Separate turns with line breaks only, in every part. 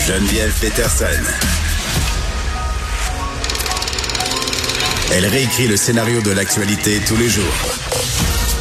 Geneviève Peterson. Elle réécrit le scénario de l'actualité tous les jours.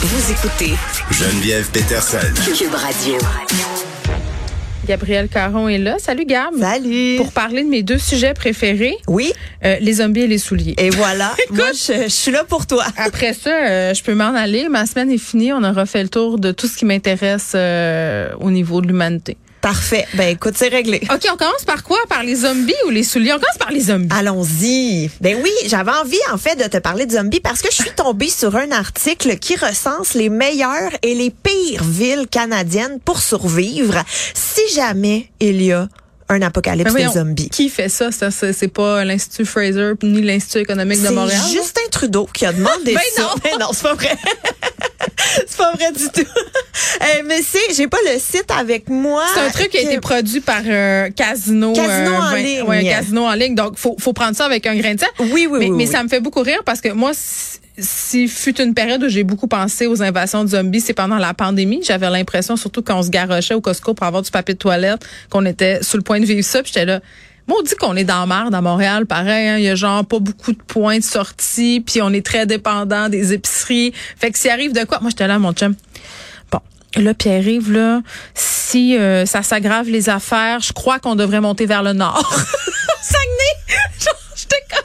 Vous écoutez
Geneviève Peterson.
Cube Radio.
Gabriel Caron est là. Salut Gab.
Salut.
Pour parler de mes deux sujets préférés,
Oui,
euh, les zombies et les souliers.
et voilà. Moi, je, je suis là pour toi.
Après ça, euh, je peux m'en aller. Ma semaine est finie. On aura fait le tour de tout ce qui m'intéresse euh, au niveau de l'humanité.
Parfait. Ben écoute, c'est réglé.
OK, on commence par quoi? Par les zombies ou les souliers? On commence par les zombies.
Ah, Allons-y. Ben oui, j'avais envie en fait de te parler de zombies parce que je suis tombée sur un article qui recense les meilleures et les pires villes canadiennes pour survivre si jamais il y a un
Ben
apocalypse de
voyons,
zombies.
Qui fait ça? ça c'est c'est pas l'Institut Fraser ni l'Institut économique de Montréal.
C'est Justin Trudeau qui a demandé
Ben
ça.
non.
Ben non, c'est pas vrai. c'est pas vrai du tout. Euh, mais c'est, j'ai pas le site avec moi.
C'est un truc qui a
Que-
été produit par euh, Casino.
Casino en
vingt-
ligne.
ouais, un casino en ligne. Donc, faut, faut prendre ça avec un grain de sel.
Oui, oui,
mais,
oui,
Mais
oui.
ça me fait beaucoup rire parce que moi, si, si fut une période où j'ai beaucoup pensé aux invasions de zombies, c'est pendant la pandémie. J'avais l'impression, surtout quand on se garochait au Costco pour avoir du papier de toilette, qu'on était sur le point de vivre ça. Puis j'étais là. Moi, on dit qu'on est dans la merde à Montréal, pareil. hein. Il y a genre pas beaucoup de points de sortie, puis on est très dépendant des épiceries. Fait que s'il arrive de quoi, moi j'étais là, mon chum. Bon, là, Pierre-Yves, là, si euh, ça s'aggrave les affaires, je crois qu'on devrait monter vers le nord. Saguenay! Genre, J'étais comme...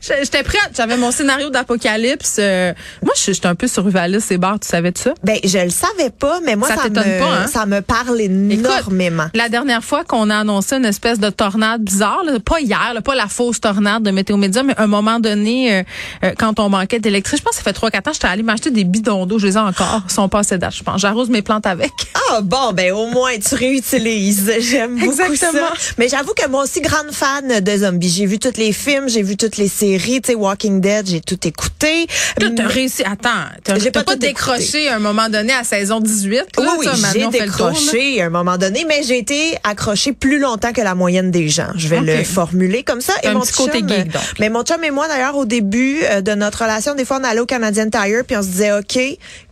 j'étais- J'étais prête. J'avais mon scénario d'apocalypse. euh, moi, je- j'étais un peu survivaliste et barre, tu savais de ça?
Ben, je le savais pas, mais moi,
Ça
ça,
t'étonne
me,
pas, hein?
ça me parle
Écoute,
énormément.
La dernière fois qu'on a annoncé une espèce de tornade bizarre, là, pas hier, là, pas la fausse tornade de Météo Média, mais à un moment donné, euh, euh, quand on manquait d'électricité, je pense que ça fait 3-4 ans, j'étais allée m'acheter des bidons d'eau, je les ai encore, ils sont passés d'âge, je pense. J'arrose mes plantes avec.
Ah bon, ben au moins tu réutilises. J'aime beaucoup
Exactement.
ça. Mais j'avoue que moi aussi grande fan de zombies. J'ai vu tous les films, j'ai vu toutes les séries, tu sais Walking Dead, j'ai tout écouté.
Là, t'as réussi. Attends, t'as
J'ai pas
t'as Mm. pas,
tout
décroché à un moment donné à saison 18. Là,
oui, oui,
ça, maintenant,
j'ai
on fait le tour, là.
décroché à un moment donné, mais j'ai été accrochée plus longtemps que la moyenne des gens. Je vais
Ok.
le formuler comme ça.
un petit côté geek, donc.
Mais mon chum et moi, d'ailleurs, au début euh, de notre relation, des fois, on allait au Canadian Tire, puis on se disait, OK,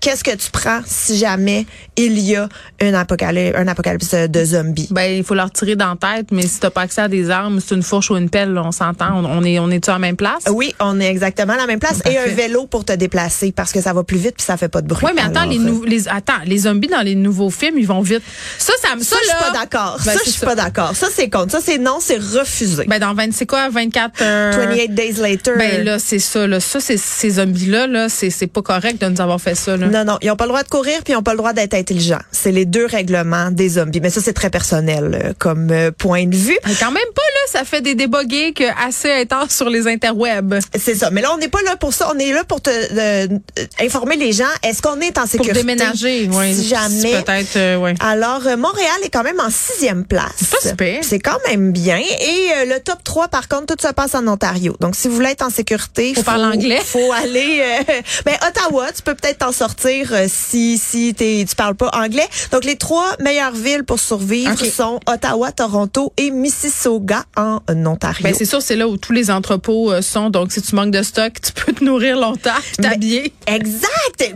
qu'est-ce que tu prends si jamais il y a un apocalypse, un apocalypse de zombies?
Ben, il faut leur tirer dans la tête, mais si t'as pas accès à des armes, c'est une fourche ou une pelle, là, on s'entend. On, on est, on est-tu à la même place?
Oui, on est exactement à la même place. et un
Parfait.
vélo pour te déplacer, parce que ça va plus vite, puis ça fait pas de bruit.
Ouais, mais attends,
Alors,
les,
euh,
nou- les, attends, les zombies dans les nouveaux films, ils vont vite. Ça, ça me,
Ça,
ça,
je suis
là-
pas d'accord.
Ben,
ça,
c'est
je suis pas d'accord. Ça, c'est contre. Ça, c'est non, c'est refusé.
Ben, dans 20, c'est quoi, 24 euh,
28 days later.
Ben, là, c'est ça, là. Ça, c'est, ces zombies-là, là, c'est, c'est pas correct de nous avoir fait ça, là.
Non, non, ils ont pas le droit de courir puis ils ont pas le droit d'être intelligents. C'est les deux règlements des zombies. Mais ça, c'est très personnel euh, comme euh, point de vue.
Mais Quand même pas, là, ça fait des débats geeks assez intenses sur les interwebs.
C'est ça. Mais là, on n'est pas là pour ça. On est là pour te euh, euh, informer les gens. Est-ce qu'on est en
Pour
sécurité?
déménager, oui.
Si jamais.
Peut-être, euh, ouais.
Alors, euh, Montréal est quand même en sixième place.
pas si pire.
C'est quand même bien. Et euh, le top 3, par contre, tout se passe en Ontario. Donc, si vous voulez être en sécurité,
Faut parler anglais.
faut aller... euh, ben, Ottawa, tu peux peut-être t'en sortir euh, si, si t'es- tu parles pas anglais. Donc, les trois meilleures villes pour survivre
Ok.
sont Ottawa, Toronto et Mississauga en Ontario.
Ben, c'est sûr, c'est là où tous les entrepôts euh, sont. Donc, si tu manques de stock, tu peux te nourrir longtemps puis
Ben,
t'habiller.
Exact.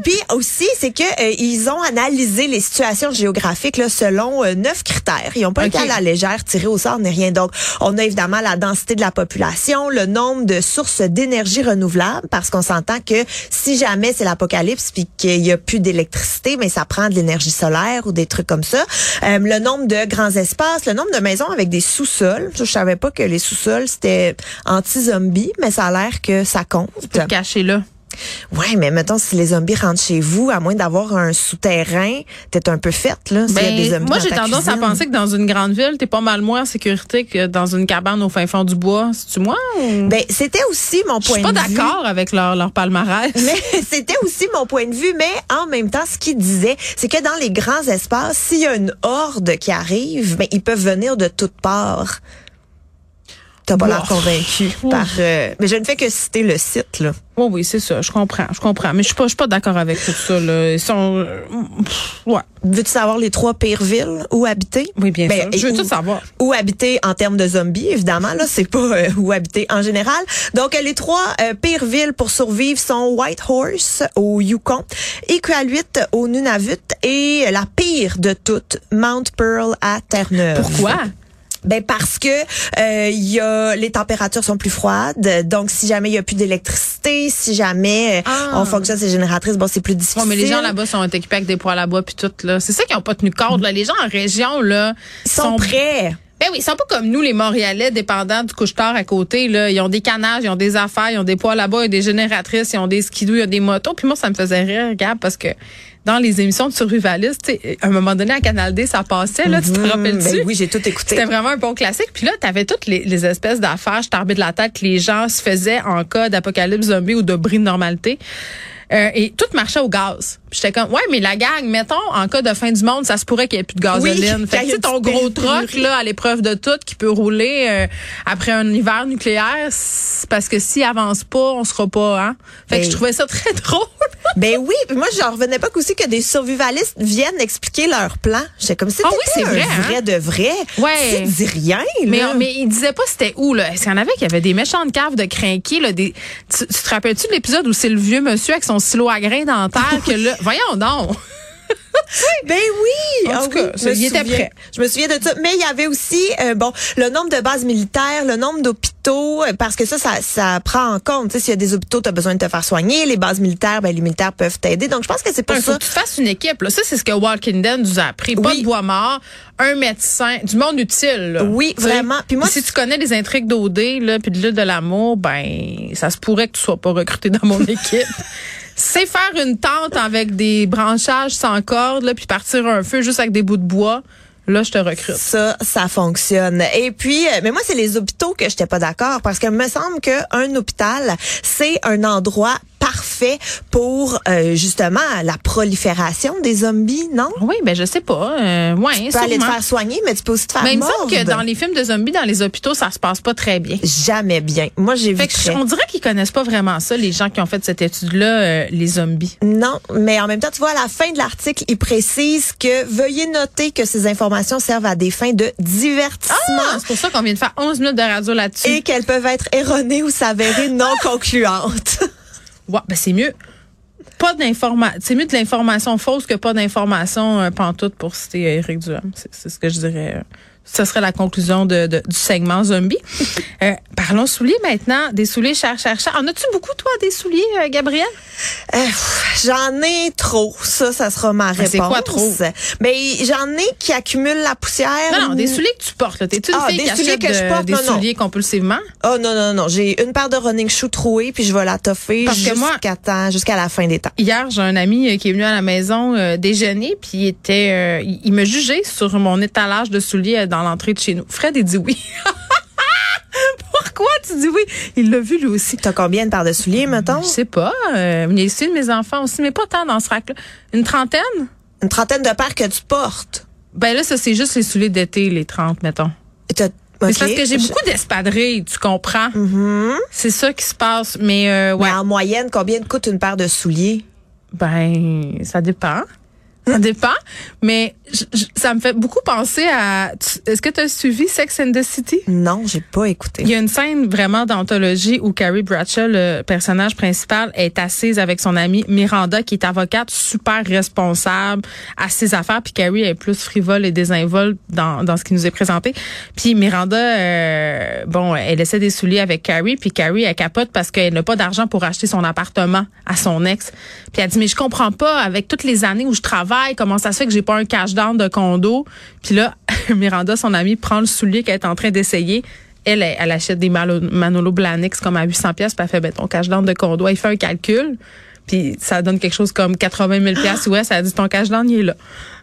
Puis aussi, c'est que euh, ils ont analysé les situations géographiques là, selon euh, neuf critères. Ils n'ont pas
Ok.
été à la légère, tiré au sort, ni rien. Donc, on a évidemment la densité de la population, le nombre de sources d'énergie renouvelable, parce qu'on s'entend que si jamais c'est l'apocalypse puis qu'il y a plus d'électricité, mais ça prend de l'énergie solaire ou des trucs comme ça. Euh, le nombre de grands espaces, le nombre de maisons avec des sous-sols. Ça, Je savais pas que les sous-sols c'était anti-zombie, mais ça a l'air que ça compte.
Caché là.
Ouais, mais mettons, si les zombies rentrent chez vous, à moins d'avoir un souterrain, t'es un peu faite, là. s'il y a des
Ben,
zombies
moi,
dans
j'ai
ta
tendance à
cuisine.
penser que dans une grande ville, t'es pas mal moins en sécurité que dans une cabane au fin fond du bois. C'est-tu moi ou?
Ben, c'était aussi mon
Je
point
suis
de
pas
vue.
d'accord avec leur, leur palmarès.
Mais c'était aussi mon point de vue, mais en même temps, ce qu'il disait, c'est que dans les grands espaces, s'il y a une horde qui arrive, ben, ils peuvent venir de toutes parts. T'as pas l'air
Ouf.
convaincu
Ouf.
par. euh, mais je ne fais que citer le site, là.
Oui, oui, c'est ça. Je comprends. Je comprends. Mais je suis pas, je suis pas d'accord avec tout ça, là. Ils sont, euh, pff, ouais.
Veux-tu savoir les trois pires villes où habiter?
Oui, bien
Ben,
sûr. Je veux
où-
tout savoir.
Où habiter en termes de zombies, évidemment, là, c'est pas euh, où habiter en général. Donc, euh, les trois euh, pires villes pour survivre sont Whitehorse au Yukon, Iqaluit au Nunavut et euh, la pire de toutes, Mount Pearl à Terre-Neuve.
Pourquoi?
Ben parce que euh, il y a les températures sont plus froides, donc si jamais il y a plus d'électricité, si jamais euh,
Ah.
on fonctionne ces génératrices, bon c'est plus difficile.
Ouais, Oh, mais les gens là-bas sont équipés avec des poils à bois puis tout là. C'est ça qu'ils ont pas tenu compte là. Les gens en région là
Ils sont, prêts.
Ben oui, ils sont pas comme nous les Montréalais dépendants du couche-tard à côté là. Ils ont des canages, ils ont des affaires, ils ont des poils à bois, ils ont des génératrices, ils ont des skidoo, ils ont des motos. Puis moi ça me faisait rire, regarde, parce que dans les émissions de survivaliste, tu sais, à un moment donné à Canal D ça passait là. Tu te
Hum,
rappelles-tu?
ben oui, j'ai tout écouté.
C'était vraiment un bon classique. Puis là, tu avais toutes les, les espèces d'affaires, je t'arbitre la tête, que les gens se faisaient en cas d'apocalypse zombie ou de bris de normalité. Euh, et tout marchait au gaz. Puis J'étais comme, ouais, mais la gang, mettons, en cas de fin du monde, ça se pourrait qu'il n'y ait plus de gasoline.
Oui,
fait que
qu'il y
tu
ait
sais, ton
une petite
gros truck,
pénurie.
là, à l'épreuve de tout, qui peut rouler euh, après un hiver nucléaire, c'est parce que s'il avance pas, on sera pas, hein. Fait que
Ben-
je trouvais ça très drôle.
Ben oui, puis moi j'en revenais pas qu'aussi que des survivalistes viennent expliquer leur plan. J'étais comme si
Ah
c'était
oui, c'est
un
vrai, hein?
vrai de vrai. Tu
Ouais.
dis rien
Mais,
là.
mais il disait pas c'était où, là. Est-ce qu'il y en avait qui avaient des méchantes caves de crinqués, là? Des, tu, tu te rappelles-tu de l'épisode où c'est le vieux monsieur avec son silo à grains dans la terre que là. Voyons donc!
Ben oui!
En
Ah
tout cas,
oui,
ça,
me
il était
souviens.
prêt.
Je me souviens de ça. Mais il y avait aussi, euh, bon, le nombre de bases militaires, le nombre d'hôpitaux, euh, parce que ça, ça, ça prend en compte. Tu sais, S'il y a des hôpitaux, tu as besoin de te faire soigner. Les bases militaires, ben, les militaires peuvent t'aider. Donc, je pense que c'est pour
Il faut
ça.
que tu te fasses une équipe, là. Ça, c'est ce que Walking Dead nous a appris. Pas
Oui.
de bois mort, un médecin, du monde utile, là.
Oui,
Tu sais?
vraiment. Puis moi,
si tu connais les intrigues d'OD, là, puis de l'île de l'amour, ben, ça se pourrait que tu sois pas recruté dans mon équipe. C'est faire une tente avec des branchages sans cordes, là, puis partir un feu juste avec des bouts de bois. Là, je te recrute.
Ça, ça fonctionne. Et puis, euh, mais moi, c'est les hôpitaux que j'étais pas d'accord parce que me semble que un hôpital, c'est un endroit parfait pour euh, justement la prolifération des zombies, non?
Oui, ben je sais pas. Euh, ouais,
Tu peux aller te
sûrement.
faire soigner, mais tu peux aussi te faire
Mais il me
mordre.
semble que dans les films de zombies, dans les hôpitaux, ça se passe pas très bien.
jamais bien. Moi, j'ai vu
Fait que je- on dirait qu'ils connaissent pas vraiment ça, les gens qui ont fait cette étude-là, euh, les zombies.
Non, mais en même temps, tu vois, à la fin de l'article, il précise que veuillez noter que ces informations servent à des fins de divertissement
Ah, c'est pour ça qu'on vient de faire 11 minutes de radio là-dessus.
et qu'elles peuvent être erronées ou s'avérer non concluantes.
Ouais, ben c'est mieux. Pas d'informa- c'est mieux de l'information fausse que pas d'information euh, pantoute pour citer euh, Éric Duhem. C'est, c'est ce que je dirais. euh, Ce serait la conclusion de, de- du segment zombie. Euh, parlons souliers maintenant, des souliers cher, cher, cher. En as-tu beaucoup, toi, des souliers, euh, Gabrielle?
Euh, pff, j'en ai trop. Ça, ça sera ma
Mais
réponse.
Ah, c'est quoi trop?
Mais j'en ai qui accumulent la poussière.
Non, non, des souliers que tu portes. Là. T'es-tu une
Ah,
fille
des
qui
souliers
achète
que je
de-
porte,
des
non, non.
souliers compulsivement?
Oh non, non, non. J'ai une paire de running shoes trouées, puis je vais la toffer
Parce que moi-
jusqu'à temps- jusqu'à la fin des temps.
Hier, j'ai un ami euh, qui est venu à la maison euh, déjeuner, puis il était, euh, il, il me jugeait sur mon étalage de souliers euh, dans l'entrée de chez nous. Fred, il dit oui. Pourquoi tu dis oui? Il l'a vu lui aussi.
T'as combien de paires de souliers, mettons?
Je sais pas. Euh, il y a aussi de mes enfants aussi, mais pas tant dans ce rack-là. Une trentaine?
Une trentaine de paires que tu portes.
Ben là, ça, c'est juste les souliers d'été, les 30, mettons.
T'as-
Mais
ok.
C'est parce que j'ai
Je- Mm-hmm.
beaucoup d'espadrilles, tu comprends? C'est ça qui se passe. Mais, euh, ouais.
Mais en moyenne, combien te coûte une paire de souliers?
Ben, ça dépend. Ça dépend, mais je- je- ça me fait beaucoup penser à. tu- Est-ce que tu as suivi Sex and the City?
Non, j'ai pas
Il
écouté.
y a une scène vraiment d'anthologie où Carrie Bradshaw, le personnage principal, est assise avec son amie Miranda, qui est avocate super responsable à ses affaires, puis Carrie est plus frivole et désinvolte dans, dans ce qui nous est présenté. Puis Miranda, euh, bon, elle essaie des souliers avec Carrie, puis Carrie, elle capote parce qu'elle n'a pas d'argent pour acheter son appartement à son ex. Puis elle dit, mais je comprends pas, avec toutes les années où je travaille, comment ça se fait que j'ai pas un cash down de condo? Puis là, Miranda, son amie, prend le soulier qu'elle est en train d'essayer elle, elle, elle achète des Malo- Manolo Blahnik comme à 800 pièces, puis elle fait ben, ton cash down de condo, il fait un calcul, puis ça donne quelque chose comme 80 000 pièces ouais, ça dit ton cash down il est là.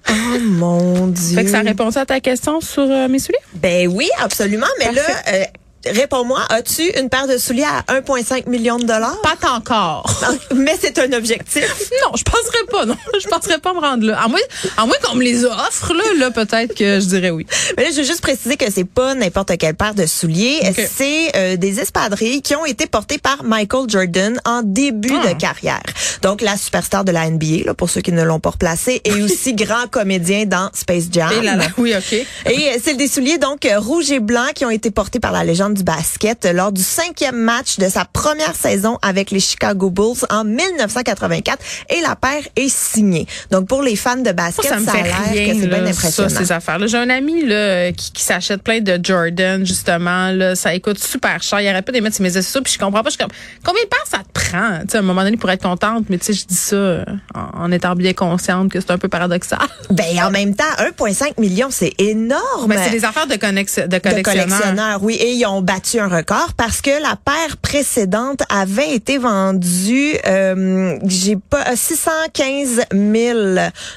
Oh mon Dieu.
Fait que ça répond à ta question sur euh, mes souliers
Ben oui, absolument. Mais là, euh, réponds-moi, as-tu une paire de souliers à 1,5 million de dollars?
Pas encore.
Mais c'est un objectif.
Non, je penserais pas, non. Je penserais pas me rendre là. À moins, à moins qu'on me les offre, là, là, peut-être que je dirais oui.
Mais là, je veux juste préciser que c'est pas n'importe quelle paire de souliers.
Ok.
C'est euh, des espadrilles qui ont été portées par Michael Jordan en début
Ah.
de carrière. Donc, la superstar de la NBA, là, pour ceux qui ne l'ont pas replacé, et aussi grand comédien dans Space Jam.
Et là, là, Ah, oui, OK.
Et euh, c'est des souliers donc euh, rouges et blancs qui ont été portés par la légende légende du basket lors du cinquième match de sa première saison avec les Chicago Bulls en 1984 et la paire est signée. Donc pour les fans de basket,
Ça,
ça,
me
a
fait
l'air
rien,
que c'est
là,
bien impressionnant.
ça, ces affaires-là. J'ai un ami là, qui, qui s'achète plein de Jordan, justement. Là, ça coûte super cher. Il arrête pas de les mettre sur mes sociaux, puis je comprends pas. Je suis comme, combien de temps ça te prend? Tu sais, à un moment donné, pour être contente, mais tu sais, je dis ça euh, en, en étant bien consciente que c'est un peu paradoxal.
Ben en même temps, 1,5 million, c'est énorme.
Mais c'est des affaires de, connex- de
de
collectionneurs.
collectionneurs, oui, et ils ont battu un record parce que la paire précédente avait été vendue, euh, j'ai pas euh, 615 000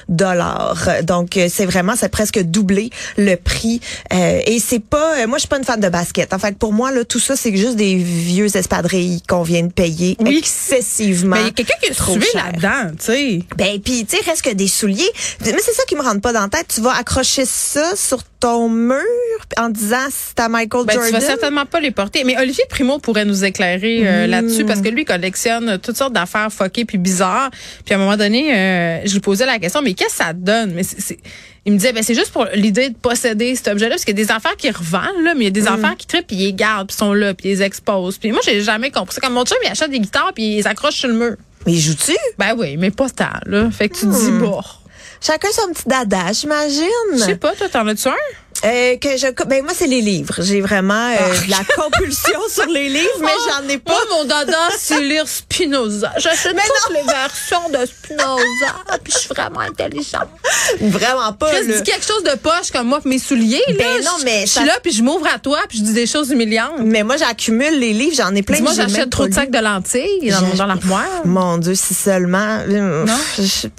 dollars. Donc euh, c'est vraiment, c'est presque doublé le prix. Euh, et c'est pas, euh, moi je suis pas une fan de basket. En fait, pour moi là, tout ça c'est juste des vieux espadrilles qu'on vient de payer
Oui.
excessivement.
Mais il y a quelqu'un qui est
trop
suivi
cher.
là-dedans, tu sais.
Ben puis tu sais reste que des souliers. Mais c'est ça qui me rentre pas dans la tête. Tu vas accrocher ça sur ton mur en disant c'est à Michael
Ben,
Jordan.
tu vas certainement pas les porter. Mais Olivier Primo pourrait nous éclairer euh, là-dessus parce que lui collectionne toutes sortes d'affaires foquées puis bizarres. Puis à un moment donné, euh, je lui posais la question, mais qu'est-ce que ça donne? Mais c'est- c'est- il me disait, ben, c'est juste pour l'idée de posséder cet objet-là parce qu'il y a des affaires qui revendent, là, mais il y a des affaires qui trippent puis ils les gardent puis ils sont là puis ils les exposent. Puis moi, j'ai jamais compris ça. Comme mon chum, il achète des guitares puis il les accroche sur le mur.
Mais joues-tu?
Ben oui, mais pas tant, là. Fait que tu te dis, bon.
Chacun son petit dada,
Je sais
j'imagine.
pas, toi, t'en as-tu un?
Euh, que je, co- ben moi c'est les livres. J'ai vraiment euh,
Ah.
de la compulsion sur les livres, mais
Oh,
j'en ai pas.
Moi, mon dada, c'est lire Spinoza. J'achète toutes les versions de Spinoza. Puis je suis vraiment intelligente.
Vraiment pas.
Chris
là.
dit quelque chose de poche comme moi, mes souliers. là,
Ben non,
je-
mais
Je
ça-
suis là, puis je m'ouvre à toi, puis je dis des choses humiliantes.
Mais moi j'accumule les livres, j'en ai plein.
Moi,
que j'ai
j'achète
même
trop
pas
de
lus.
sacs de lentilles dans,
J'ai-
dans l'armoire.
Mon Dieu, si seulement. Non.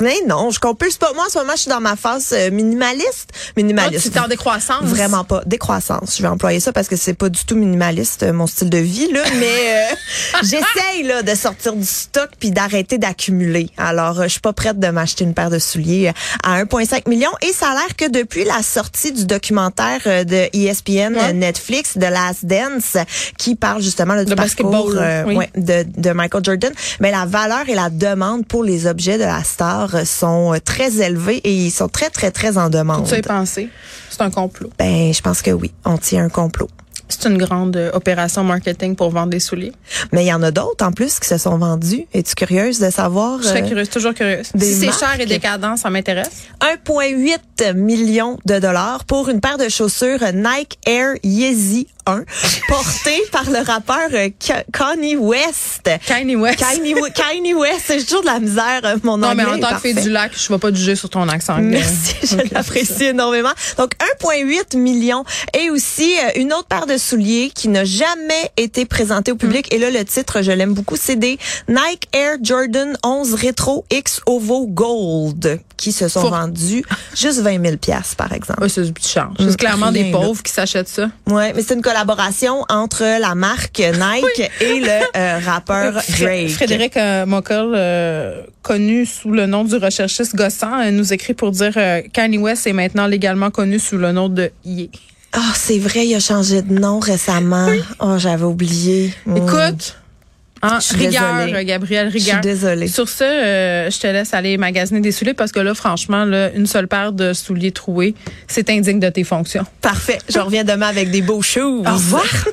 mais non, je compulse pas. Moi en ce moment je suis dans ma phase euh, minimaliste.
Toi,
Minimaliste.
Ah, tu t'es en décroissance.
Vraiment pas. Décroissance. Je vais employer ça parce que c'est pas du tout minimaliste, euh, mon style de vie, là. Mais euh, j'essaye, là, de sortir du stock puis d'arrêter d'accumuler. Alors, euh, je suis pas prête de m'acheter une paire de souliers euh, à 1,5 million. Et ça a l'air que depuis la sortie du documentaire euh, de ESPN
Ouais.
euh, Netflix, The Last Dance, qui parle justement là, du
Le
parcours
basketball,
euh,
oui.
ouais, de, de Michael Jordan, mais la valeur et la demande pour les objets de la star euh, sont euh, très élevées et ils sont très, très, très en demande.
Tu as pensé. C'est un complot.
Ben, je pense que oui, on tient un complot.
C'est une grande euh, opération marketing pour vendre des souliers.
Mais il y en a d'autres en plus qui se sont vendus. Es-tu curieuse de savoir
Je serais
euh,
curieuse, toujours curieuse.
des
Si c'est cher
marques.
et décadent, ça m'intéresse.
1,8 million de dollars pour une paire de chaussures Nike Air Yeezy 1 portée par le rappeur euh, Ka- Kanye West.
Kanye West.
Kanye, We- Kanye West, c'est toujours de la misère euh, mon
Non, mais
anglais
en
est
tant que fille
parfait.
du lac, je vais pas te juger sur ton accent. anglais.
Merci, je
Ok.
l'apprécie énormément. Donc 1,8 million et aussi euh, une autre paire de souliers qui n'a jamais été présentée
Hmm.
au public. Et là, le titre, je l'aime beaucoup, c'est des Nike Air Jordan 11 Retro X Ovo Gold qui se sont
Faut-
vendus juste 20 000 pièces par exemple.
Ouais, Ah, c'est du petit change. C'est
Mm,
clairement des
rien, là.
pauvres qui s'achètent ça.
Ouais, mais c'est une collaboration entre la marque Nike et le euh, rappeur
Fré-
Drake.
Frédéric euh, Mockle, euh, connu sous le nom du recherchiste Gossan, euh, nous écrit pour dire euh, Kanye West est maintenant légalement connu sous le nom de Ye.
Ah, c'est vrai, il a changé de nom récemment. Oh, j'avais oublié. Mm.
Écoute, hein,
Je suis
rigueur,
désolée.
euh, Gabriel,
je suis
rigueur.
désolée.
Sur ce, euh, je te laisse aller magasiner des souliers parce que là, franchement, là, une seule paire de souliers troués, c'est indigne de tes fonctions.
Parfait. Je reviens demain avec des beaux shoes.
Au revoir.